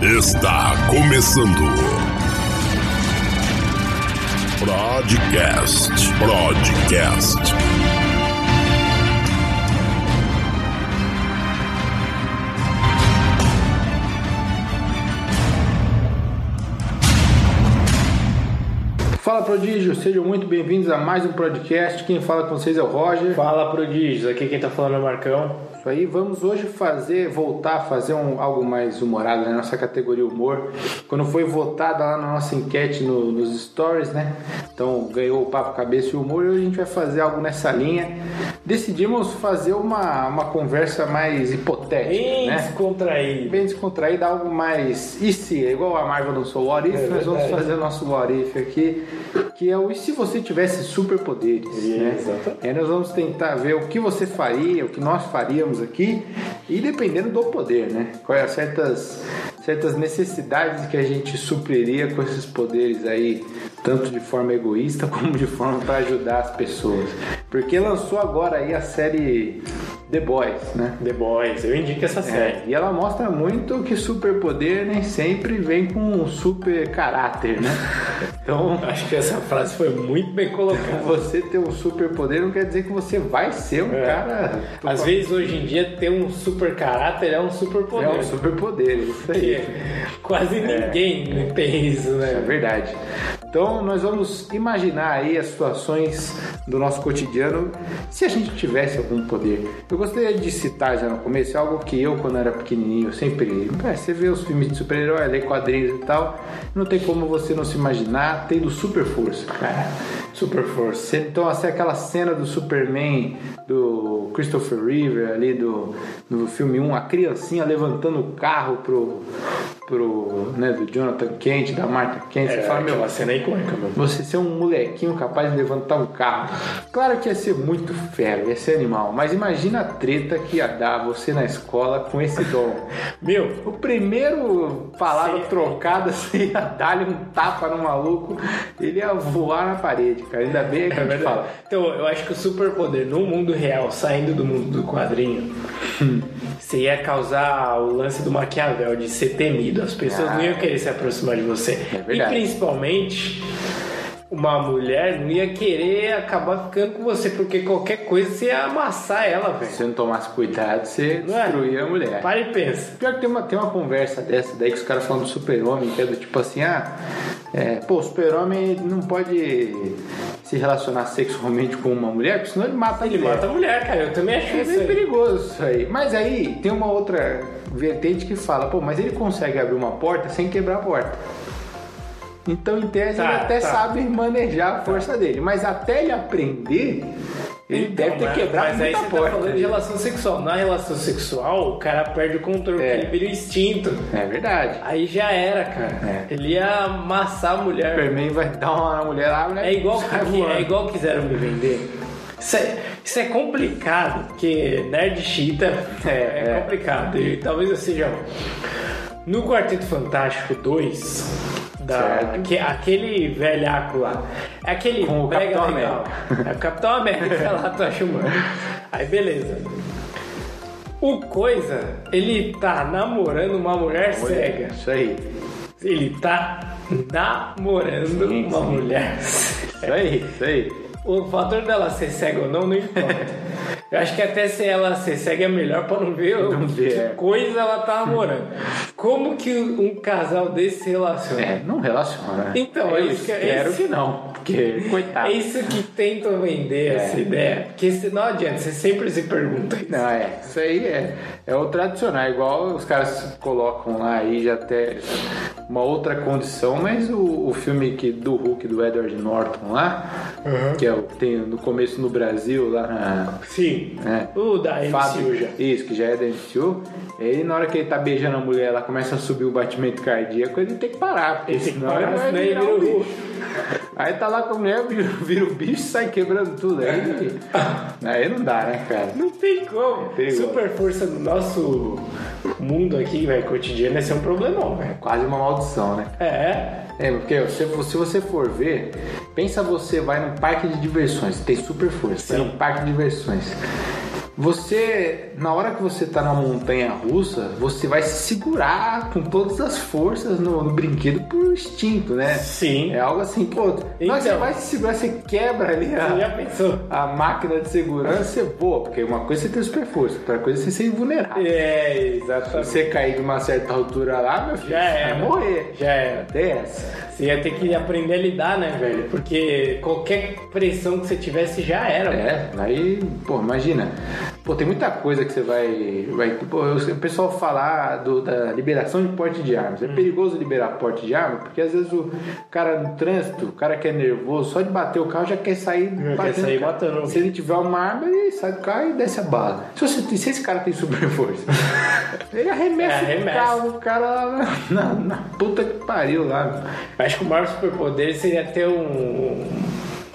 Está começando. Broadcast. Broadcast. Fala Prodígio, sejam muito bem-vindos a mais um podcast. Quem fala com vocês é o Roger. Fala prodígios, aqui quem tá falando é o Marcão. Isso aí, vamos hoje fazer, voltar a fazer um, algo mais humorado na nossa categoria humor. Quando foi votada lá na nossa enquete no- nos stories, né? Então ganhou o papo cabeça e o humor e hoje a gente vai fazer algo nessa linha. Decidimos fazer uma, uma conversa mais hipotética, Bem né? descontraído. Bem descontraído, algo mais. E se? É igual a Marvel lançou o What If, É nós vamos verdade. fazer o nosso What If aqui, que é o e se você tivesse superpoderes? É, né? exatamente. E aí nós vamos tentar ver o que você faria, o que nós faríamos aqui, e dependendo do poder, né? Quais as certas, certas necessidades que a gente supriria com esses poderes aí, tanto de forma egoísta como de forma para ajudar as pessoas. Porque lançou agora aí a série The Boys, né? The Boys, eu indico essa série. É, e ela mostra muito que superpoder nem sempre vem com um super caráter, né? Então, Acho que essa frase foi muito bem colocada. você ter um superpoder não quer dizer que você vai ser um É. cara. Às vezes hoje em dia ter um super caráter é um super é poder. um superpoder, isso aí. Porque quase ninguém tem isso, É né? verdade. Então nós vamos imaginar aí as situações do nosso cotidiano se a gente tivesse algum poder. Eu gostaria de citar já no começo algo que eu, quando era pequenininho, sempre. é, você vê os filmes de super-herói, lê quadrinhos e tal, não tem como você não se imaginar tendo super força, cara. Super força. Então, assim, aquela cena do Superman, do Christopher Reeve, ali do, do filme 1, a criancinha levantando o carro pro. pro né, do Jonathan Kent, da Martha Kent. É. você fala, meu, aquela cena icônica, meu. você ser um molequinho capaz de levantar um carro. Claro que ia ser muito fero, ia ser animal, mas imagina a treta que ia dar você na escola com esse dom. Meu, O primeiro palavra Sim. trocada, você ia dar-lhe um tapa no maluco, ele ia voar na parede, cara. Ainda bem que a gente fala. Então, eu acho que o superpoder no mundo real, saindo do mundo do quadrinho, você ia causar o lance do Maquiavel de ser temido. As pessoas Ah. não iam querer se aproximar de você. É verdade. E principalmente. Uma mulher não ia querer acabar ficando com você, porque qualquer coisa você ia amassar ela, Se velho. você não tomasse cuidado, você Não é? destruía a mulher. Para e pensa. Pior que tem uma, tem uma conversa dessa daí que os caras falam do super-homem, que é do tipo assim, ah, é, pô, o super-homem não pode se relacionar sexualmente com uma mulher, porque senão ele mata a Ele mulher. mata a mulher, cara. Eu também acho É isso. bem aí. perigoso isso aí. Mas aí tem uma outra vertente que fala, pô, mas ele consegue abrir uma porta sem quebrar a porta. Então, em tese, Tá, ele até tá. sabe manejar a força dele. Mas até ele aprender, ele Então, deve ter mas- quebrado mas aí muita você porta. né? Tá falando de relação sexual. Na relação sexual, o cara perde o controle, É. ele vira o instinto. É verdade. Aí já era, cara. É. Ele ia amassar a O mulher. Superman vai dar uma mulher lá, né? É igual sai que, voando. é igual quiseram me vender. Isso é, isso é complicado, porque nerd chita é, é É, é. complicado. E talvez eu seja. um. No Quarteto Fantástico 2, da, Certo. que- aquele velhaco lá. é Aquele Com o brega Capitão legal. É o Capitão América lá, tu acha humano. Aí beleza. O Coisa, ele tá namorando uma mulher cega. Isso aí. Ele tá namorando Sim, uma sim. mulher. Isso aí, isso aí. O fator dela ser cega ou não, não importa. Eu acho que até se ela ser cega é melhor pra não ver Não que ver, é. coisa ela tá namorando. Como que um casal desse se relaciona? É, não relaciona. né? Então, eu é isso que- é espero isso- que não, porque coitado. É isso que tentam vender essa ideia. Porque se- não adianta, você sempre se pergunta isso. Não, é. Isso aí é, é o tradicional, é igual os caras colocam lá aí já até uma outra condição, mas o, o filme que, do Hulk do Edward Norton lá, que é o que tem no começo no Brasil lá na. Sim. né, O da MCU Fábio, É. já. isso, que já é da MCU. Ele, na hora que ele tá beijando a mulher, ela começa a subir o batimento cardíaco, ele tem que parar, porque Ele tem que senão parar, ele vai senão ele virar um vira o bicho. Aí tá lá com a mulher, vira o bicho sai quebrando tudo. Aí, aí não dá, né, cara? Não tem como. perigoso. Super força do nosso mundo aqui, velho, cotidiano, esse é um problemão, velho. Quase uma maldição, né? É. É, porque se, se você for ver, pensa você vai num parque de diversões, tem super força, vai Sim. num parque de diversões. Você, na hora que você tá na montanha russa, você vai se segurar com todas as forças no, no brinquedo por instinto, né? Sim. É algo assim, pô, na hora que você Então. vai se segurar, você quebra ali Você já a, pensou? a máquina de segurança, você voa, porque uma coisa é você tem super força, outra coisa você ser vulnerável. É, Se exatamente. você cair de uma certa altura lá, meu filho, Já você vai era. morrer. Já era. Até essa. Você ia ter que aprender a lidar, né, velho? Porque qualquer pressão que você tivesse já era, velho. É, aí, pô, imagina. Pô, tem muita coisa que você vai. vai pô, eu- o pessoal falar do- da liberação de porte de armas. Hum. É perigoso liberar porte de arma, porque às vezes o cara no trânsito, o cara que é nervoso, só de bater o carro já quer sair quer sair o cara. batendo. Se ele tiver uma arma, ele sai do carro e desce a bala. Se, você tem- se esse cara tem super força, ele arremessa, É, arremessa. o carro, o cara lá na, na- na puta que pariu lá. Acho que o maior superpoder seria ter um,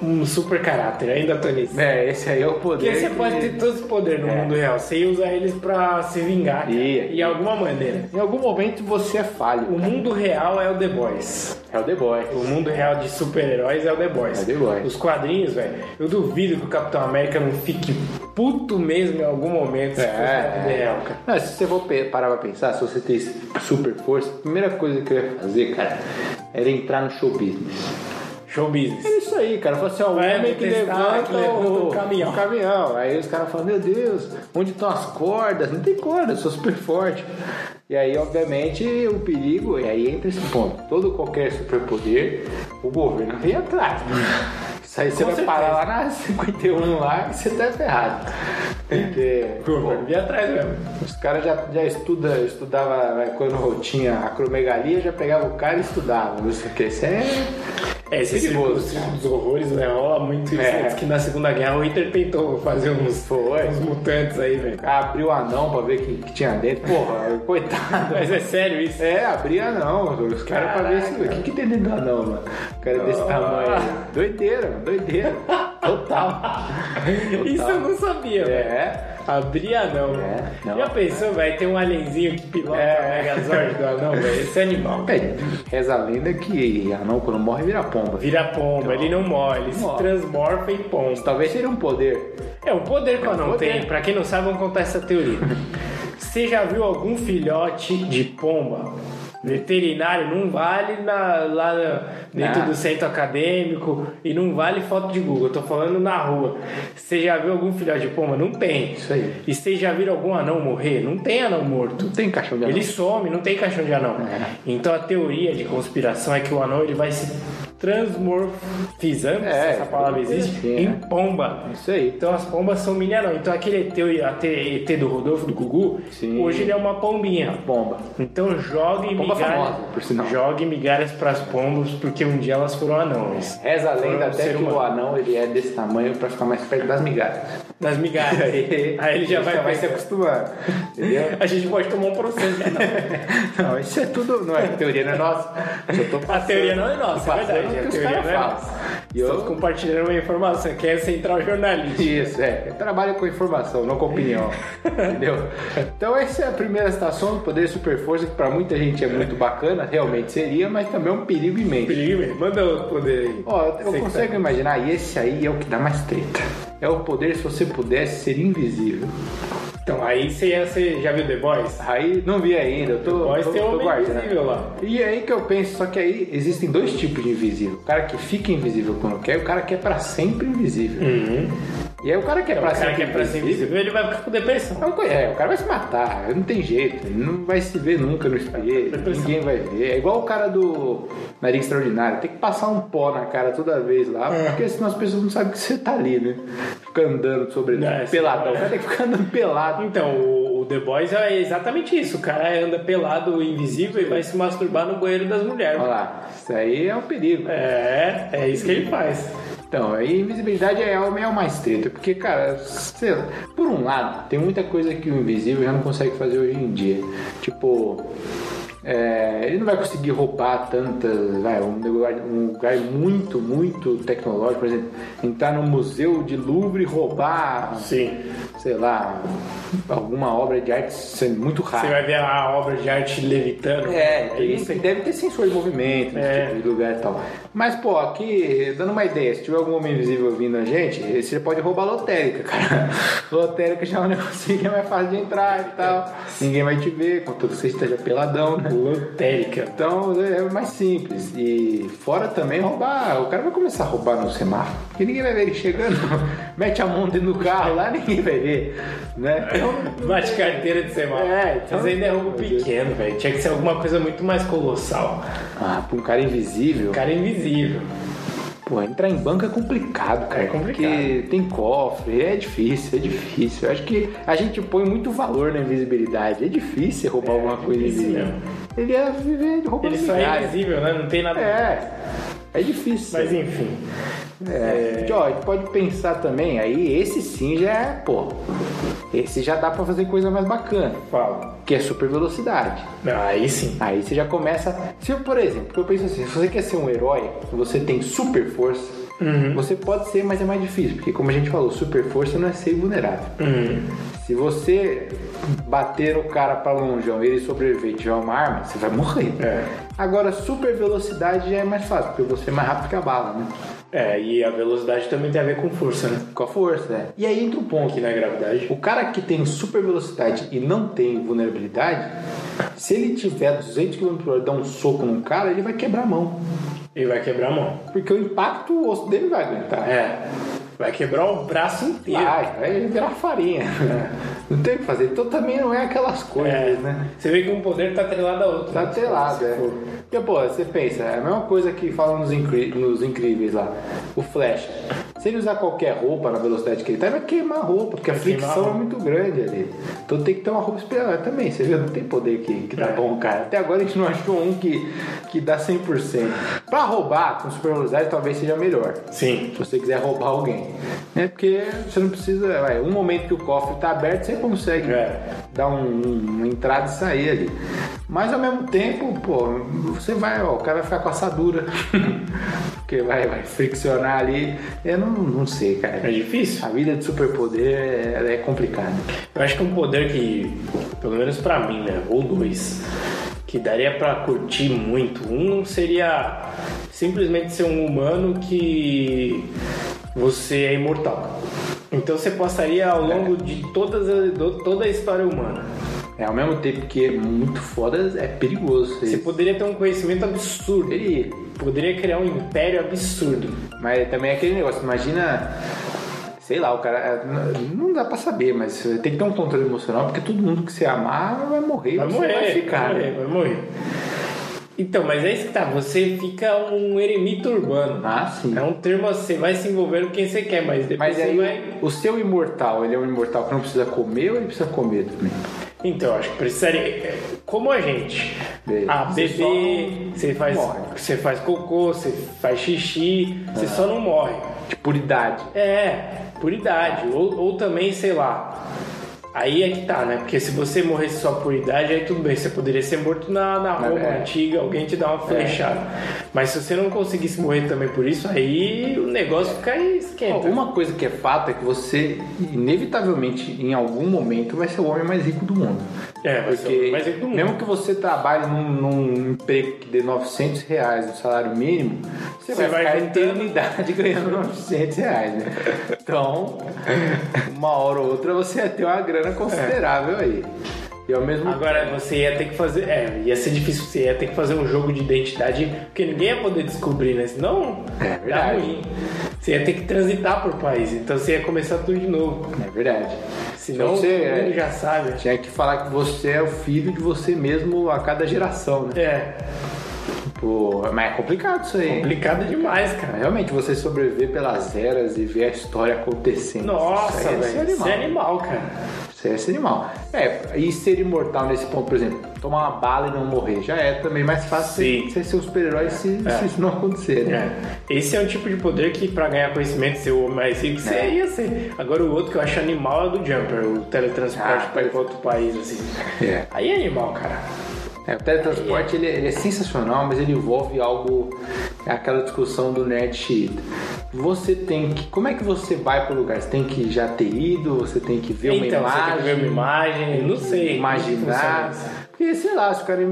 um super caráter, ainda tô nisso. É, esse aí é o poder. Porque você que- pode ter todos os poderes no mundo real, você ia usar eles pra se vingar cara, Ia. de alguma maneira. Em algum momento você é falho. O mundo real é o The Boys. É o The Boy. O mundo real de super-heróis é o The Boys. É o The Boys. Os quadrinhos, velho, eu duvido que o Capitão América não fique puto mesmo em algum momento É. se fosse na vida real, cara. Não, se você for pe- parar pra pensar, se você tem super força, a primeira coisa que eu ia fazer, cara, era entrar no show business. Show business. É isso aí, cara. Fala assim, ó, o Vai homem que testar, levanta, que levanta o, o caminhão. o caminhão. Aí os caras falam, meu Deus, onde estão as cordas? Não tem corda, eu sou super forte. E aí, obviamente, o perigo, e aí entra esse ponto. Todo qualquer superpoder, o governo vem atrás. Isso aí você Com vai parar lá na 51 lá e você tá ferrado. Porque. pô, Vem atrás mesmo. os caras já, já estuda, estudava né, quando tinha acromegalia, já pegava o cara e estudava. Não sei o que. Isso é. É, esse Perigoso, circo- circo dos horrores, né? Rola muito isso. É. Diz que na Segunda Guerra o Hitler tentou fazer uns, Foi. uns mutantes aí, velho. Abriu o anão pra ver o que, que tinha dentro. Porra, coitado. Mas é sério isso. É, abria anão. Os caras pra ver se. O que, que tem dentro do anão, mano? O cara é desse tamanho. Ah. Doideira, mano, doideira. Total. Isso eu não sabia, velho. É. Abria não. É, não. É. Já pensou, velho? Tem um alienzinho que pilota o Megazord do anão, velho. Esse é animal. Bem, reza a lenda que anão quando morre vira pomba. Vira pomba, ele não morre, ele se Morre. transmorfa em pomba. Talvez seria um poder. É um poder que eu não poder. tenho. Pra quem não sabe, vamos contar essa teoria. Você já viu algum filhote de pomba? Veterinário não vale na- lá na- dentro Não. do centro acadêmico e não vale foto de Google. Eu tô falando na rua. Você já viu algum filhote de pomba? Não tem. Isso aí. E vocês já viram algum anão morrer? Não tem anão morto. Não É. tem caixão de anão. Ele some, não tem caixão de anão. Então a teoria de conspiração é que o anão ele vai se transmorfizando, É, se essa palavra coisa existe, assim, em né? pomba. Isso aí. Então as pombas são mini anão. Então aquele ET, e- a T- ET do Rodolfo, do Gugu, Sim. hoje ele é uma pombinha. Bomba. Então jogue Pomba migalhas. famosa, por sinal. Jogue migalhas pras pombas, porque um dia elas foram anões. Reza a lenda Foram até ser que humano. o anão ele é desse tamanho pra ficar mais perto das migalhas. Nas migalhas. Aí ele já vai, vai se pensar, acostumando. Entendeu? A gente pode tomar um processo de anão. Não, isso é tudo. Não é teoria, não é nossa. Só tô A passando- teoria não é tô nossa, é passando o verdade. A que os teoria caras não é falam. nossa. E Estamos eu. compartilhando uma informação que é central jornalista. Isso, é. Eu trabalho com informação, não com opinião. entendeu? Então, essa é a primeira estação do poder super força, que pra muita gente é muito bacana, realmente seria, mas também é um perigo imenso. Perigo, manda outro poder aí. Ó, eu Você que tá. consigo imaginar, e esse aí é o que dá mais treta. É o poder, se você pudesse, ser invisível. tá- Então, aí você, ia- você já viu The Boys? Aí não vi ainda, Ah, eu tô, Boys tô, tem um tô homem guardando. invisível lá. E é aí que eu penso, só que aí existem dois tipos de invisível. O cara que fica invisível quando quer e o cara que é pra sempre invisível. E aí o cara que é O Uhum. pra cara sempre que é pra ser invisível. invisível, ele vai ficar com depressão. Não, é, o cara vai se matar, não tem jeito, ele não vai se ver nunca no espelho, Depressão. ninguém vai ver. É igual o cara do Nariz Extraordinário, tem que passar um pó na cara toda vez lá, É. porque senão as pessoas não sabem que você tá ali, né? Fica andando sobre Não, é, peladão, sim. o cara tem que ficar andando pelado. Então, o, o The Boys é exatamente isso. O cara anda pelado, invisível e vai se masturbar no banheiro das mulheres. Olha lá, isso aí é um perigo. É, é isso que ele faz. Então, a invisibilidade é o é o mais treta, porque, cara, sei lá, por um lado, tem muita coisa que o invisível já não consegue fazer hoje em dia. Tipo, é, ele não vai conseguir roubar tantas. Vai, um, lugar, um lugar muito, muito tecnológico, por exemplo, entrar no museu de Louvre e roubar, Sim. sei lá, alguma obra de arte isso é muito Você raro. vai ver a obra de arte levitando. É, Aí tem, você- deve ter sensor de movimento nesse É. tipo de lugar e tal. Mas, pô, aqui, dando uma ideia, se tiver algum homem invisível ouvindo a gente, você pode roubar a lotérica, cara. Lotérica já é um negocinho que é mais fácil de entrar e tal. Ninguém vai te ver, contanto que você esteja peladão, né? Lotérica. Então é mais simples. E fora também roubar. O cara vai começar a roubar no semáforo. Porque ninguém vai ver ele chegando. Mete a mão dentro do carro lá, ninguém vai ver. Né? Então, Bate carteira de semana. É, então- Mas ainda é algo Meu Deus. pequeno, velho. Tinha que ser alguma coisa muito mais colossal. ah, pra um cara invisível. O cara é invisível. Pô, entrar em banco é complicado, cara. É complicado. Porque tem cofre, é difícil, é difícil. Eu acho que a gente põe muito valor na invisibilidade. É difícil roubar alguma coisa difícil invisível. mesmo. Ele é viver de roubar Ele só é invisível, né? Não tem nada. É. É difícil. Mas enfim. É, ó, a gente pode pensar também, aí esse sim já é, pô, esse já dá pra fazer coisa mais bacana, Fala. que é super velocidade. Não, aí sim. Aí você já começa, se eu, por exemplo, porque eu penso assim, se você quer ser um herói, você tem super força, você pode ser, mas é mais difícil, porque como a gente falou, super força não é ser vulnerável. Hum. Se você bater o cara pra longe ó, e ele sobreviver e tiver uma arma, você vai morrer. É. Agora, super velocidade já é mais fácil, porque você é mais rápido que a bala, né? É, e a velocidade também tem a ver com força, né? Com a força, né? E aí entra o ponto, Aqui na gravidade. O cara que tem super velocidade e não tem vulnerabilidade, se ele tiver 200 km por hora e dar um soco num cara, ele vai quebrar a mão. Ele vai quebrar a mão. Porque o impacto, o osso dele vai aguentar. É. Vai quebrar o braço inteiro. Vai, vai virar farinha. Não tem o que fazer. Então também não é aquelas coisas, É. né? Você vê que um poder tá atrelado a outro. Tá telado, é. Porque, pô, você pensa, é a mesma coisa que falam nos, incri- nos incríveis lá. O Flash. Se ele usar qualquer roupa na velocidade que ele tá, ele vai queimar a roupa, porque a queimar a fricção é roupa. muito grande ali. Então tem que ter uma roupa espelhada também. Você viu? Não tem poder que, que dá É. bom, cara. Até agora a gente não achou um que, que dá 100%. Pra roubar com super velocidade talvez seja melhor. Sim. Se você quiser roubar alguém. Né? Porque você não precisa. Vai, um momento que o cofre tá aberto, você consegue É. dar um- um- uma entrada e sair ali. Mas ao mesmo tempo, pô, você vai, ó, o cara vai ficar com assadura. Porque vai, vai friccionar ali. Eu não, não sei, É cara. difícil. A vida de superpoder é, ela é complicada. Eu acho que um poder que, pelo menos pra mim, né? Ou dois, que daria pra curtir muito. Um seria simplesmente ser um humano que você é imortal. Então você passaria ao longo de todas a- do- toda a história humana. É, ao mesmo tempo que é muito foda, é perigoso. Você Você poderia ter um conhecimento absurdo. poderia. Poderia criar um império absurdo. Mas também é aquele negócio, imagina. Sei lá, o cara. é, n- Não dá pra saber, mas tem que ter um controle emocional, porque todo mundo que você amar vai morrer, Vai você morrer, vai ficar, vai morrer, né? vai morrer. Então, mas é isso que tá. Você fica um eremita urbano. Ah, sim. É um tipo termo assim, você vai se envolver com quem você quer, mas depois Mas você aí, vai. o seu imortal, ele é um imortal que não precisa comer ou ele precisa comer também? Então, acho que precisaria. Como a gente. Bem, Ah, você bebê, você faz, morre. Ah. você faz cocô, você faz xixi, você só não morre. De puridade. É, por idade. Ou, ou também, sei lá. Aí é que tá, né? Porque se você morresse só por idade, aí tudo bem, você poderia ser morto na, na Roma é. antiga, alguém te dá uma flechada. Mas se você não conseguisse morrer também por isso, aí o negócio fica aí esquenta. Ó, Uma coisa que é fato é que você, inevitavelmente, em algum momento, vai ser o homem mais rico do mundo. É, vai ser o homem mais rico do mundo. mesmo que você trabalhe num, num emprego que dê 900 reais no salário mínimo, você, vai, Você vai ficar juntando. eternidade ganhando 900 reais, né? Então, uma hora ou outra você ia ter uma grana considerável aí. E ao mesmo Agora você ia ter que fazer. É, ia ser difícil, você ia ter que fazer um jogo de identidade, porque ninguém ia poder descobrir, né? Senão É dá verdade. ruim. Você ia ter que transitar por país, então você ia começar tudo de novo. É verdade. Senão você todo mundo é, já sabe. tinha que falar que você é o filho de você mesmo a cada geração, né? É, Pô, mas é complicado isso aí. hein? complicado demais, cara. Mas Realmente, você sobreviver pelas eras e ver a história acontecendo. isso Nossa, aí velho. é ser Isso animal. é animal, cara. Isso aí é ser animal. É, e ser imortal nesse ponto, por exemplo, tomar uma bala e não morrer, já é também mais fácil Sim. você ser um super-herói se, se isso não acontecer, né? É. Esse é um tipo de poder que, pra ganhar conhecimento, ser o homem mais rico, É. você ia ser. Agora, o outro que eu acho animal é o do Jumper, o teletransporte Ah, pra ir pra outro país, assim. É. Aí é animal, cara. É, o teletransporte ele, é- ele é sensacional, mas ele envolve algo. é Aquela discussão do nerd xiita. Você tem que. Como é que você vai pro lugar? Você tem que já ter ido, você tem que ver uma então, você tem que ver imagem. uma imagem, eu não sei. Imaginar. Como funciona isso. Porque, sei lá, se o cara.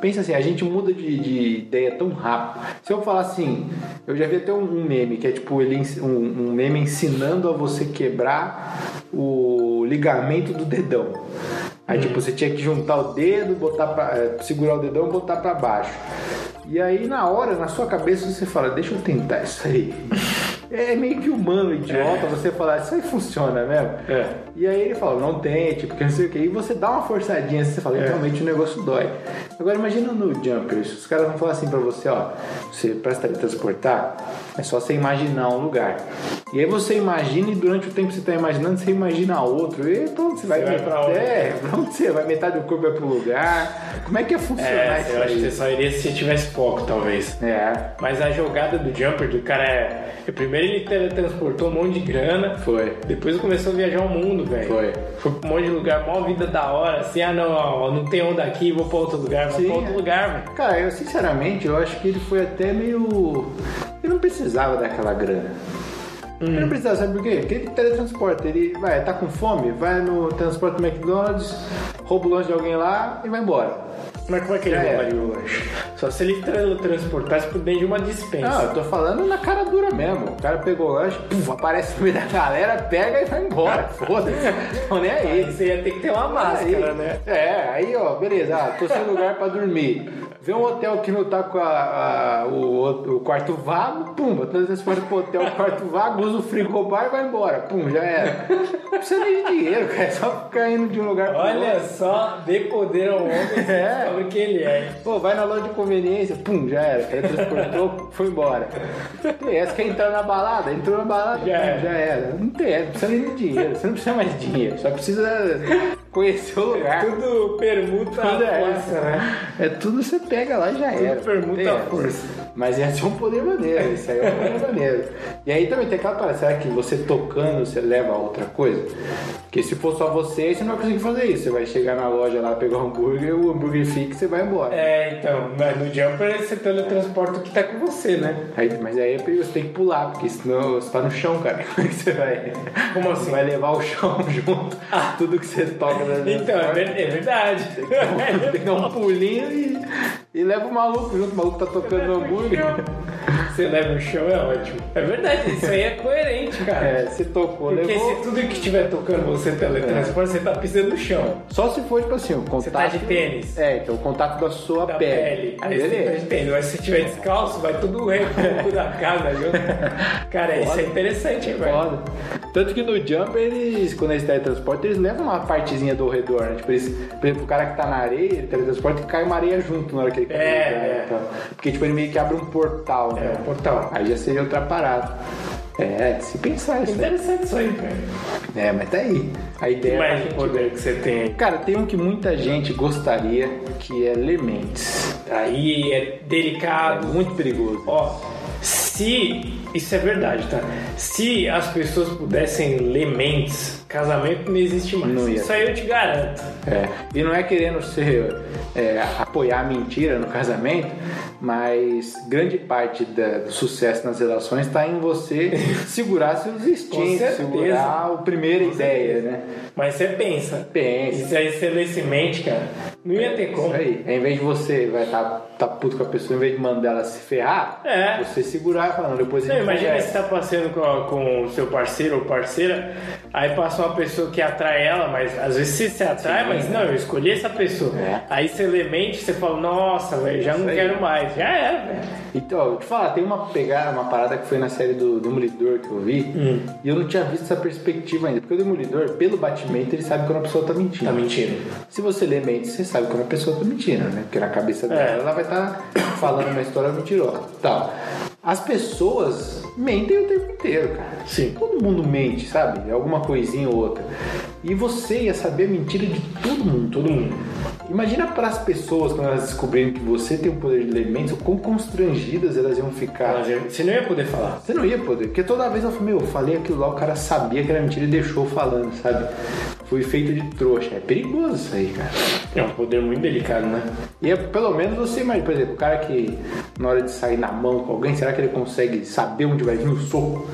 Pensa assim, a gente muda de, de ideia tão rápido. Se eu falar assim, eu já vi até um, um meme, que é tipo ele, ens- um, um meme ensinando a você quebrar o ligamento do dedão. Aí, tipo, você tinha que juntar o dedo, botar pra, eh, segurar o dedão e botar pra baixo. E aí, na hora, na sua cabeça, você fala: Deixa eu tentar isso aí. É meio que humano, idiota, você falar: Isso aí funciona mesmo. É. E aí ele falou, não tente, porque não sei o que. E você dá uma forçadinha, assim, você fala, É. realmente o negócio dói. Agora imagina no Jumpers, os caras vão falar assim pra você, ó, você pra se teletransportar, é só você imaginar um lugar. E aí você imagina e durante o tempo que você tá imaginando, você imagina outro. E pronto, você vai, vai pra outro. É, pra onde você vai? Metade do corpo vai pro lugar. Como é que ia funcionar É, isso eu acho que aí? você só iria se tivesse foco, talvez. É, Mas a jogada do Jumper, do cara é. Primeiro ele teletransportou um monte de grana. foi. Depois começou a viajar o mundo, velho. Foi. Foi pra um monte de lugar, mó vida da hora. Assim, ah não, ó, não tem onda aqui, vou pra outro lugar, vou Sim, pra outro é. lugar, velho. Cara, eu sinceramente eu acho que ele foi até meio. Ele não precisava daquela grana. Ele não precisava, sabe por quê? Porque ele teletransporta, ele vai, tá com fome, vai no transporte do McDonald's, rouba o lanche de alguém lá e vai embora. Mas como é que ele Já era. roubaria o lanche? Só se ele teletransportasse por dentro de uma Não, dispensa. eu tô falando na cara dura mesmo. O cara pegou o lanche, puf, aparece no meio da galera, pega e vai embora. Foda-se. Não nem aí. aí você ia ter que ter uma Aí, máscara, né? É, aí ó, beleza, ah, tô sem lugar pra dormir. Vê um hotel que não tá com a- a- o, outro- o quarto vago, pum, transporta pro hotel o quarto vago, usa o frigobar e vai embora, pum, já era. Não precisa nem de dinheiro, cara, é só ficar indo de um lugar pro outro. Olha só, dê poder ao homem, você É. descobre quem ele é. Pô, vai na loja de conveniência, pum, já era, cara, transportou, foi embora. Não tem essa, quer entrar na balada, entrou na balada, pum, Já já, era. era. Não tem essa, não precisa nem de dinheiro, você não precisa mais de dinheiro, só precisa conhecer o lugar. Tudo permuta a Tudo é força, né? É tudo você pega lá e já era. permuta Tem a essa. força. Mas ia ser um poder maneiro, isso aí é um poder maneiro. E aí também tem aquela parada, será que você tocando você leva a outra coisa? Porque se for só você, aí você não vai conseguir fazer isso. Você vai chegar na loja lá, pegar um hambúrguer, o hambúrguer fica e você vai embora. É, então, mas no Jumper você teletransporta o que tá com você, né? Aí- mas aí é perigo, você tem que pular, porque senão você tá no chão, cara. Como é que você vai? Como assim? Ah. Vai levar o chão junto, tudo que você toca. né? Então, é ver- é verdade. Tem que dar um pulinho e, e leva o maluco junto. O maluco tá tocando hambúrguer. Você leva o chão, é ótimo. É verdade, isso aí é coerente, cara. É, se tocou, Porque levou. se tudo que estiver tocando você teletransporta, você tá pisando no chão. Só se for, tipo assim, o contato. Você tá de tênis. É, então o contato da sua Da pele. pele. Aí Aí você tá beleza. de tênis. Mas se tiver descalço, vai tudo recuo da casa, viu? Cara, isso é interessante, hein, velho. Foda. Tanto que no Jumper, eles, quando eles teletransportam, eles levam uma partezinha do redor, né? Tipo, eles, por exemplo, o cara que tá na areia, ele teletransporta e cai uma areia junto na hora que ele cai. É, no lugar, é. Então, porque, tipo, ele meio que abre um portal, É, né? o portal. Aí já seria outra parada. É, se pensar isso. né? Interessante isso aí, cara. É, mas tá aí. A ideia é Mas o poder que você tem aí. Cara, tem um que muita gente gostaria, que é Lementes. aí é É delicado. muito perigoso. Ó, se. Isso é verdade, tá? Se as pessoas pudessem ler mentes, casamento não existe mais. Não ia. Isso aí eu te garanto. É, E não é querendo ser é, apoiar a mentira no casamento, mas grande parte da- do sucesso nas relações está em você segurar seus instintos, certeza. segurar a primeira ideia, né? Mas você pensa. Pensa. Isso aí você lê esse mente, cara. Não ia ter Isso como. aí. Em vez de você vai estar tá, puto com a pessoa, em vez de mandar ela se ferrar, É. você segurar e falar, "Não, depois a Não, gente imagina conversa." você tá passeando com, a- com o seu parceiro ou parceira, aí passa uma pessoa que atrai ela, mas às vezes você se atrai, mas não, eu escolhi essa pessoa. É. Aí você lê mente, você fala, nossa, velho, já não aí. quero mais. Já é, velho. Então, eu te falar, tem uma pegada, uma parada que foi na série do Demolidor que eu vi, e eu não tinha visto essa perspectiva ainda, porque o Demolidor, pelo batimento, ele sabe quando a pessoa tá mentindo. Tá mentindo. Se você lê mente, você sabe quando a pessoa tá mentindo, né? Porque na cabeça dela, É. ela vai estar falando uma história mentirosa. Tal. As pessoas mentem o tempo inteiro, cara. Sim. Todo mundo mente, sabe? Alguma coisinha ou outra. E você ia saber a mentira de todo mundo, todo mundo. Imagina para as pessoas quando elas descobrirem que você tem o poder de ler mentes, o quão constrangidas elas iam ficar. Mas eu- Você não ia poder falar. Você não ia poder, porque toda vez eu falei, meu, eu falei aquilo lá, o cara sabia que era mentira e deixou falando, sabe? fui feito de trouxa. É perigoso isso aí, cara. É um poder muito delicado, né? E é, pelo menos você imagina, por exemplo, o cara que na hora de sair na mão com alguém, será que ele consegue saber onde vai vir o soco?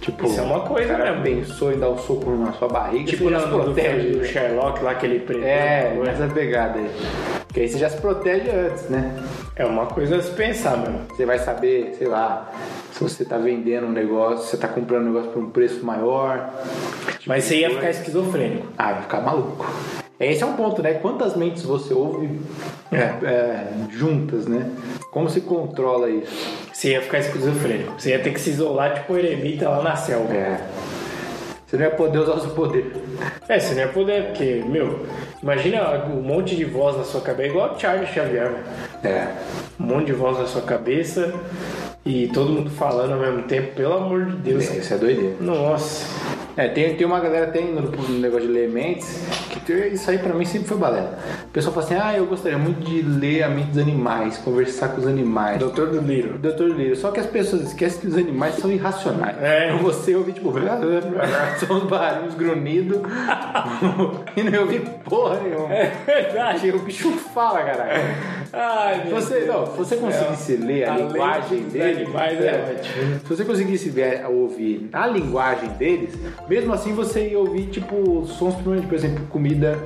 Tipo, Isso é uma coisa o cara mesmo. pensou em dar um soco na sua barriga, Tipo você na já se do, protege. do Sherlock lá que ele prendeu. É, não essa pegada aí. Porque aí você já se protege antes, né? É uma coisa a se pensar, mano. Você vai saber, sei lá, se você tá vendendo um negócio, se você tá comprando um negócio por um preço maior. Tipo, Mas você ia ficar esquizofrênico. Ah, vai ficar maluco. Esse é um ponto, né? Quantas mentes você ouve é, juntas, né? Como se controla isso? Você ia ficar esquizofrênico. Você ia ter que se isolar tipo um eremita lá na selva. É. Você não ia poder usar o seu poder. É, você não ia poder, porque, meu, imagina um monte de voz na sua cabeça, igual o Charles Xavier, velho. É. Um monte de voz na sua cabeça e todo mundo falando ao mesmo tempo, pelo amor de Deus. Isso é doideira. Nossa. É, tem, tem uma galera tem no, no negócio de ler mentes, que tem- isso aí pra mim sempre foi balela. O pessoal fala assim, ah, eu gostaria muito de ler a mente dos animais, conversar com os animais. Doutor do Liro. Doutor Lira, só que as pessoas esquecem que os animais são irracionais. É. Então Você ouve tipo, são uns barulhos grunhidos e não ouvi porra nenhuma. É verdade. Porque o bicho fala, caralho. Ai, Se meu você, Deus. não, se você conseguisse ler a, A linguagem lei É, dos dele, animais é ótimo. se você conseguisse ver, é, ouvir a linguagem deles, mesmo assim você ia ouvir tipo sons primeiro, por exemplo, comida,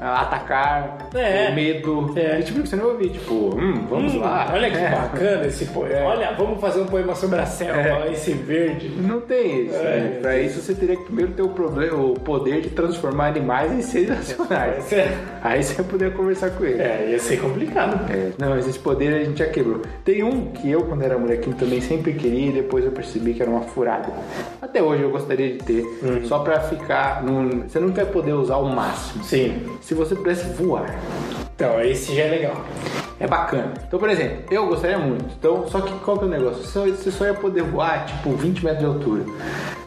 ah, atacar, É. eh, medo, É. esse tipo que você não ia ouvir, tipo, hum, vamos Hum, lá. Olha que É. bacana esse poema. Olha, vamos fazer um poema sobre a selva, É. esse verde. Não tem isso. É. né? Pra isso você teria que primeiro ter o, problema, o poder de transformar animais em seres racionais. É, Aí você ia poder conversar com ele. é, ia ser complicado. É, não, mas esse poder a gente já quebrou. Tem um que eu, quando era molequinho, também sempre queria e depois eu percebi que era uma furada. Até hoje eu gostaria de ter, Hum. só pra ficar. num- você não vai poder usar o máximo. Sim. Se você pudesse voar, Então, esse já é legal. é bacana. Então, por exemplo, eu gostaria muito. Então, só que qual que é o negócio? Você só, você só ia poder voar, tipo, 20 metros de altura.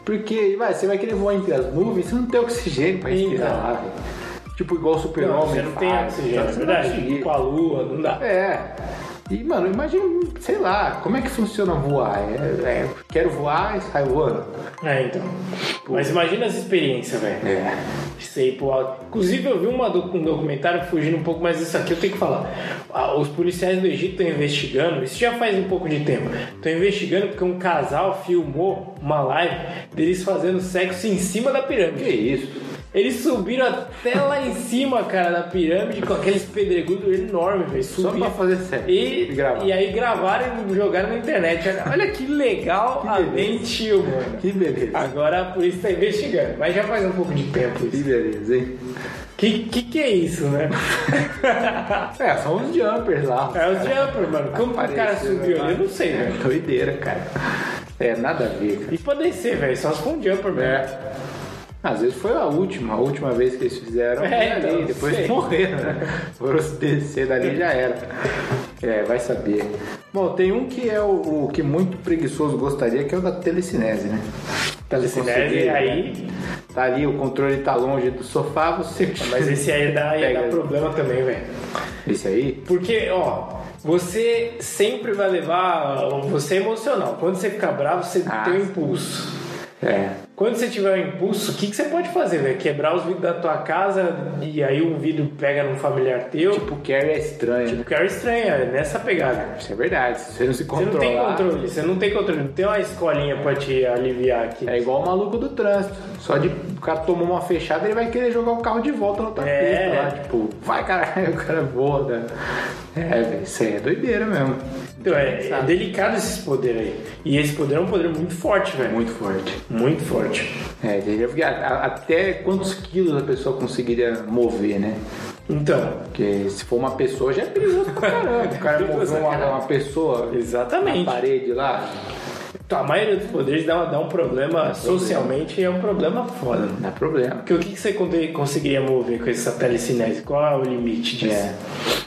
Porque, vai, você vai querer voar entre as nuvens, você não tem oxigênio pra respirar Então. lá, velho. Tipo, igual o Não, super-homem você não tem faz, oxigênio, então é você não vai verdade. conseguir. Com a lua, não dá. É. E, mano, imagina, sei lá, como é que funciona voar? É, é, quero voar e saio voando. É, então. Mas imagina essa experiência, velho. É. Você ir pro alto. Inclusive, eu vi uma doc- um documentário fugindo um pouco, mas isso aqui eu tenho que falar. Ah, Os policiais do Egito estão investigando, isso já faz um pouco de tempo. Estão investigando porque um casal filmou uma live deles fazendo sexo em cima da Que pirâmide. isso? Eles subiram até lá em cima, cara, da pirâmide com aqueles pedregulhos enormes, velho. Só pra Subiram. fazer sério. E, gravar. e aí gravaram e jogaram na internet. Olha- Olha que legal Que a beleza. mente humana. Que beleza. Agora a polícia está investigando, mas já faz um pouco de tempo Que isso. beleza, hein? Que que, que é isso, né? É, são os jumpers lá. é o jumper, mano. Como que o cara Apareceu, subiu né? ali? Eu não sei, velho. Doideira, cara. É, nada a ver, cara. E pra descer, velho, só se for um jumper mesmo. É. Às vezes foi a última, a última vez que eles fizeram. É, e ali, então, depois sei. morreram, né? Foram se descer dali já era. É, vai saber. Bom, tem um que é o, o que muito preguiçoso gostaria, que é o da telecinese, né? Telecinese, Conseguir, aí. Tá ali, o controle tá longe do sofá, você. Mas esse aí dá, ia Pega. dar problema também, velho. Esse aí? Porque, ó, você sempre vai levar. Você é emocional. Quando você fica bravo, você Ah. tem um impulso. É. Quando você tiver um impulso, o que, que você pode fazer, velho? Quebrar os vidros da tua casa e aí o vidro pega num familiar teu? Tipo, Carrie é estranho, né? Porque é estranho, é nessa pegada. Isso é verdade. Se você não se Você controlar. não tem controle, você não tem controle, não tem uma escolinha pra te aliviar aqui. É igual o maluco do trânsito. Só de o cara tomou uma fechada, ele vai querer jogar o carro de volta na outra É. pista lá. Tipo, vai caralho, o cara voa. Né? É, velho, isso aí é doideira mesmo. Então é, é delicado esse poder aí. E esse poder é um poder muito forte, velho. É Muito forte. Muito forte. É, ele- porque a- a- até quantos quilos a pessoa conseguiria mover, né? Então, Porque se for uma pessoa, já é perigoso né? pra caramba. O cara mover uma, uma pessoa na exatamente. parede lá, Então, a maioria dos poderes dá, dá um problema é. socialmente e é um problema foda. não dá problema. Porque o que, que você conte- conseguiria mover com essa telecinese? Qual é o limite disso? É.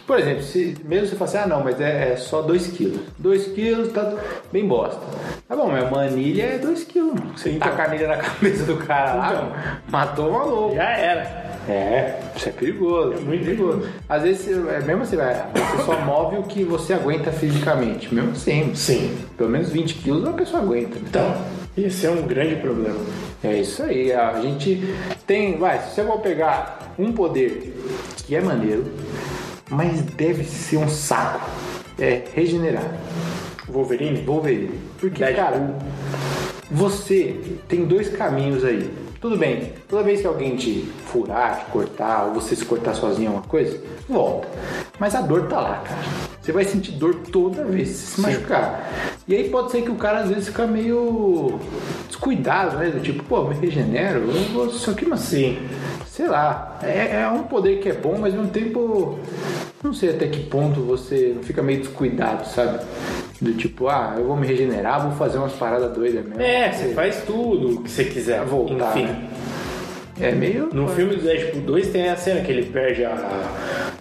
Por exemplo, se mesmo você falar assim, ah não, mas é, é só 2 quilos. 2 quilos tá bem bosta. Tá bom, mas uma anilha é 2 quilos, mano. Você Então. taca a anilha na cabeça do cara lá, Então. mano, matou o maluco. Já era. É, isso é perigoso. É muito Às vezes, é, mesmo assim, vai, você só move o que você aguenta fisicamente, mesmo assim. Sim. Pelo menos 20 quilos a pessoa aguenta. né? Então, Isso é um grande problema. É isso aí, a gente tem. Vai, se você for pegar um poder que é maneiro, mas deve ser um saco. É regenerar. Wolverine? Wolverine. Porque, Deadpool. cara, você tem dois caminhos aí. Tudo bem, toda vez que alguém te furar, te cortar, ou você se cortar sozinho alguma coisa, volta. Mas a dor tá lá, cara. Você vai sentir dor toda vez se se machucar. E aí pode ser que o cara às vezes fica meio descuidado, né? Do tipo, pô, me regenero, eu vou... só que não Sim. sei lá, é, é um poder que é bom, mas ao mesmo tempo, não sei até que ponto você não fica meio descuidado, sabe? Do tipo, ah, eu vou me regenerar, vou fazer umas paradas doidas mesmo. É, você faz tudo o que você quiser. Pra voltar, Enfim. né? É meio. No filme do Deadpool 2 tem a cena que ele perde a,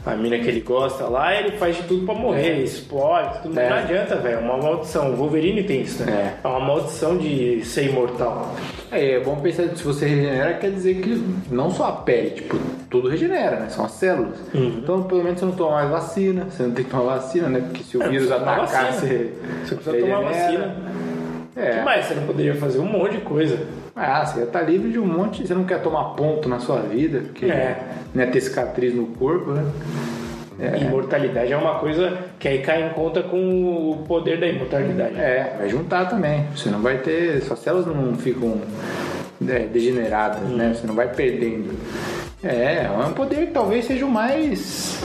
a mina que ele gosta lá e ele faz de tudo pra morrer, ele explode, tudo. É. Não adianta, velho. É uma maldição. O Wolverine tem isso, né? É. uma maldição de ser imortal. É, é bom pensar que se você regenera, quer dizer que não só a pele, tipo, tudo regenera, né? São as células. Uhum. Então, pelo menos você não toma mais vacina, você não tem que tomar vacina, né? Porque se o É, vírus precisa tomar atacar, vacina. você. Você precisa regenera. tomar vacina. O que É. mais? Você não poderia fazer um monte de coisa. Ah, você tá livre de um monte, você não quer tomar ponto na sua vida, porque É. né, ter cicatriz no corpo, né? Imortalidade é uma coisa que aí cai em conta com o poder da imortalidade. É, vai juntar também. Você não vai ter. Suas células não ficam é, degeneradas, né? Você não vai perdendo. É, é um poder que talvez seja o mais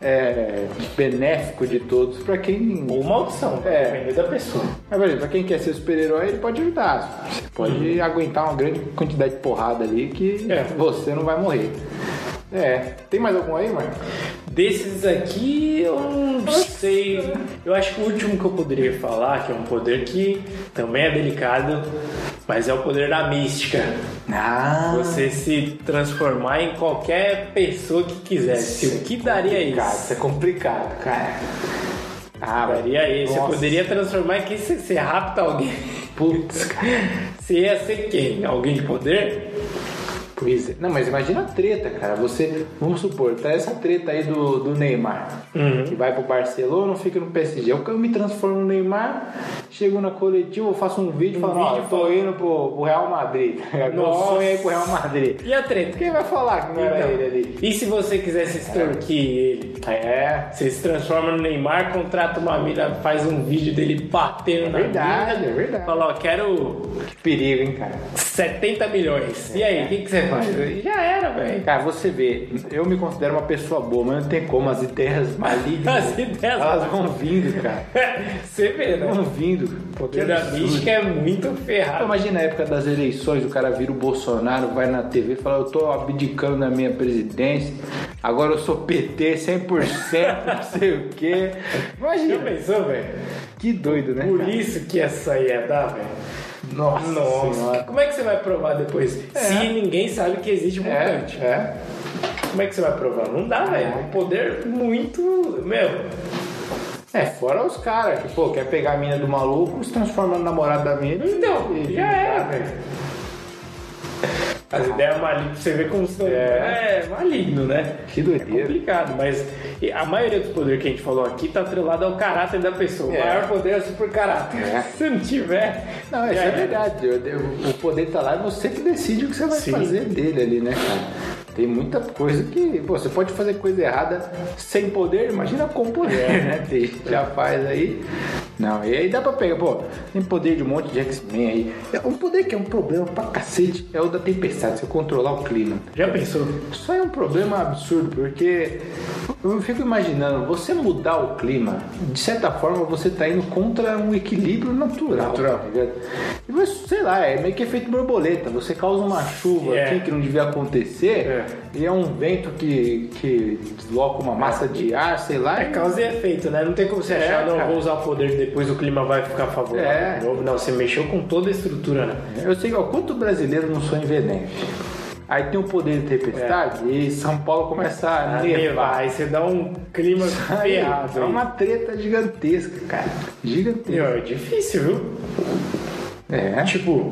é, benéfico de todos pra quem. Ou maldição, vai É. depender da pessoa. Mas, por exemplo, pra quem quer ser super-herói, ele pode ajudar. Você pode aguentar uma grande quantidade de porrada ali que Uhum. É. você não vai morrer. É. Tem mais algum aí, Marcos? Desses aqui, eu não sei. Eu acho que o último que eu poderia falar, que é um poder que também é delicado, mas é o poder da mística. Ah, Você se transformar em qualquer pessoa que quisesse. O que daria é complicado, isso? isso é complicado, cara. Ah, Daria isso. Você nossa, poderia transformar em quem você, você rapta alguém. Putz, cara. Você ia ser quem? Alguém de poder? Pois é. Não, mas imagina a treta, cara. Você, vamos supor, tá essa treta aí do, do Neymar, que vai pro Barcelona, fica no PSG. Eu, eu me transformo no Neymar, chego na coletiva, eu faço um vídeo falando, ó, vídeo eu tô indo pro, pro Real Madrid. Meu Nossa. sonho é ir pro Real Madrid. E a treta? Quem vai falar que não era Então, ele ali? E se você quisesse extorquir ele? É, Você se transforma no Neymar, contrata uma mina, faz um vídeo dele batendo na verdade, mina. é verdade. Fala, ó, quero que perigo, hein, cara. 70 milhões. E aí, o que, que você faz? E Já era, velho. Cara, você vê, eu me considero uma pessoa boa, mas não tem como as ideias malignas. As ideias elas vão vindo, cara. Tá Você vê, né? Vão vindo. O poder da absurdo. mística é muito Pô, ferrado. Imagina a época das eleições, o cara vira o Bolsonaro, vai na TV e fala, eu tô abdicando da minha presidência, agora eu sou PT 100%, não sei o quê. Já Imagina, pensou, velho? que doido, né? Por cara? isso que essa ia dar, velho. Nossa, Nossa, Senhora. como é que você vai provar depois? Se ninguém sabe que existe É, mutante. é. Como é que você vai provar? Não dá, velho. É um poder muito. Meu, É, fora os caras que, pô, quer pegar a mina do maluco, se transforma no namorado da mina. Então, e- já era, velho. As ideias malignas, você vê como são. É, maligno, né? Que É doideira. complicado, mas e a maioria dos poderes que a gente falou aqui tá atrelado ao caráter da pessoa. É. O maior poder é o super caráter. É. Se não tiver. Não, isso já é era. verdade. Eu- eu- O poder tá lá e você que decide o que você vai Sim. fazer dele ali, né, cara? Tem muita coisa que. pô, você pode fazer coisa errada sem poder, imagina com poder, né? Tem gente que já faz aí. Não, e aí dá pra pegar, pô, tem poder de um monte de X-Men aí. É um poder que é um problema pra cacete é o da tempestade, você controlar o clima. Já pensou? Isso aí é um problema absurdo, porque eu fico imaginando, você mudar o clima, de certa forma você tá indo contra um equilíbrio natural. Natural. tá ligado? E você, sei lá, é meio que efeito borboleta. Você causa uma chuva É. aqui que não devia acontecer, É. e é um vento que, que desloca uma massa de ar, sei lá. É e- causa e efeito, né? Não tem como você É, achar, não, cara. vou usar o poder depois o clima vai ficar favorável É. de novo. Não, você mexeu com toda a estrutura, né? Eu sei, ó, quanto brasileiro não sonha em ver neve? Aí tem o poder de tempestade e São Paulo começa a É. Ah, nevar. Aí você dá um clima Aí, ferrado. É aí. uma treta gigantesca, cara. Gigantesca. Meu, é difícil, viu? É. Tipo,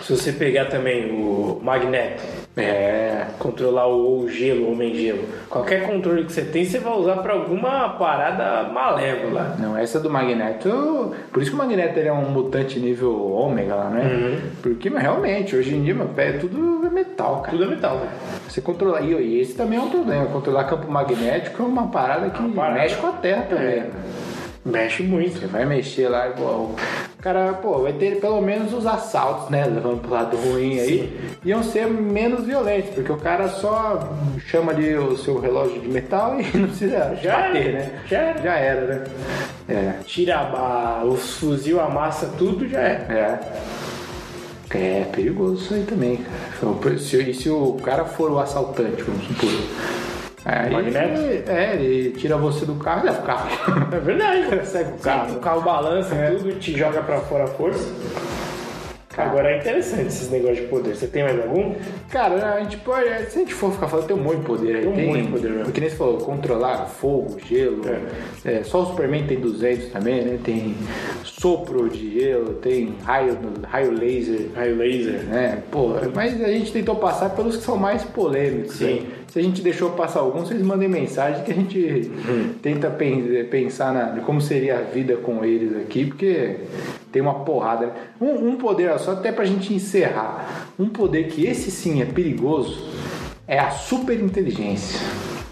se Se você pegar também o Magneto, É. controlar o gelo, o homem gelo, qualquer controle que você tem, você vai usar pra alguma parada malévola. Não, essa do Magneto. Por isso que o Magneto ele é um mutante nível ômega lá, né? Uhum. Porque mas, realmente, hoje em dia, meu pé, tudo é metal, cara. Tudo é metal, né? Você controlar. E e esse também é um problema. Controlar campo magnético é uma parada que parada. mexe com a terra também. né? É. Mexe muito. Você vai mexer lá e pô, o cara, pô, vai ter pelo menos os assaltos, né? Levando pro lado ruim aí. Iam ser menos violentos, porque o cara só chama ali o seu relógio de metal e não precisa Já bater, era, né? já era. Já era, né? É, Tira a, os fuzil, amassa tudo, já é. é. É perigoso isso aí também, cara. um Se, e se o cara for o assaltante, vamos supor. Aí, Magneto? é, ele tira você do carro e leva o carro. É verdade, cara. Segue o carro. É. O carro balança tudo, te joga pra fora a força. Agora é interessante esses negócios de poder. Você tem mais algum? Cara, a gente pode. Se a gente for ficar falando, tem um monte de poder aí. Tem um monte de poder mesmo. Porque nem você falou, controlar fogo, gelo. É, só o Superman tem 200 também, né? Tem sopro de gelo, tem raio, raio laser. Raio laser. Né? Pô, mas a gente tentou passar pelos que são mais polêmicos. Sim. né? Se a gente deixou passar alguns, vocês mandem mensagem que a gente Hum. tenta pen- pensar na, de como seria a vida com eles aqui, porque tem uma porrada. né? Um, um poder, ó, só até pra gente encerrar, um poder que esse sim é perigoso é a super inteligência.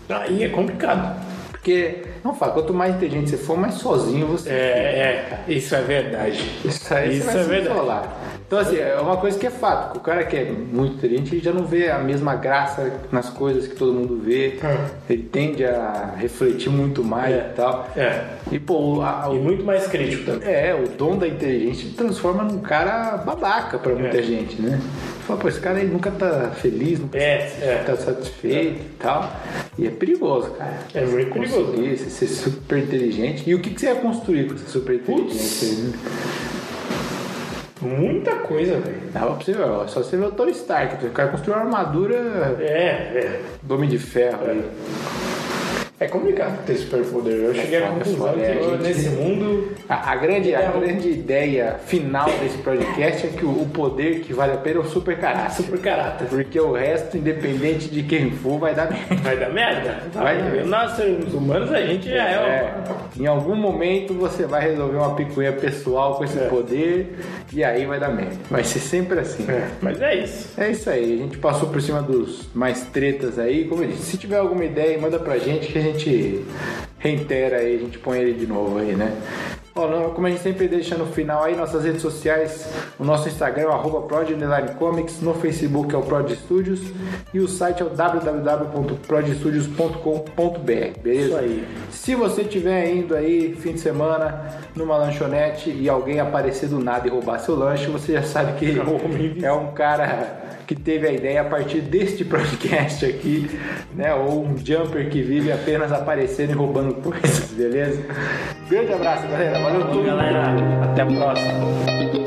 Aí é complicado. Porque, não fala, quanto mais inteligente você for, mais sozinho você É, é. Isso é verdade. isso aí Isso você vai é se verdade. isolar. Então, assim, é uma coisa que é fato. que O cara que é muito inteligente, ele já não vê a mesma graça nas coisas que todo mundo vê. É. Ele tende a refletir muito mais É. e tal. É. E, pô, a- E o, muito mais crítico também. é, o dom da inteligência te transforma num cara babaca pra muita É. gente, né? Fala, pô, esse cara ele nunca tá feliz, nunca É, é. tá satisfeito e tal. E é perigoso, cara. É muito perigoso. Conseguir Ser ser super inteligente. E o que, que você ia construir com essa super inteligência? aí, né? Muita coisa, velho. Dava pra você ver, ó, só você ver o Tony Stark, o cara construiu uma armadura É, é. do Homem de Ferro. aí. É complicado ter superpoder. Eu cheguei à foda, é conclusão foda. que É, a eu, gente- nesse mundo A, a grande, a Não. grande ideia final desse podcast é que o, o poder que vale a pena é o super caráter. super caráter. Porque o resto, independente de quem for, vai dar merda. Vai dar merda? Vai dar merda. Nós, seres humanos, a gente já é, É, em algum momento você vai resolver uma picuinha pessoal com esse É. poder e aí vai dar merda. Vai ser sempre assim. É, mas é isso. É isso aí, a gente passou por cima dos mais tretas aí. Como eu disse, se tiver alguma ideia, manda pra gente que a gente reitera aí, a gente põe ele de novo aí, né? Ó, não, como a gente sempre deixa no final aí, nossas redes sociais, o nosso Instagram é o arroba prod underline comics, no Facebook é o Prod Studios e o site é o www.prodstudios.com.br, beleza? Isso aí. Se você estiver indo aí, fim de semana, numa lanchonete e alguém aparecer do nada e roubar seu lanche, você já sabe que É um homem invisível. é um cara que teve a ideia a partir deste podcast aqui, né? Ou um jumper que vive apenas aparecendo e roubando coisas, beleza? Grande abraço, galera. Valeu tudo. Galera, até a próxima.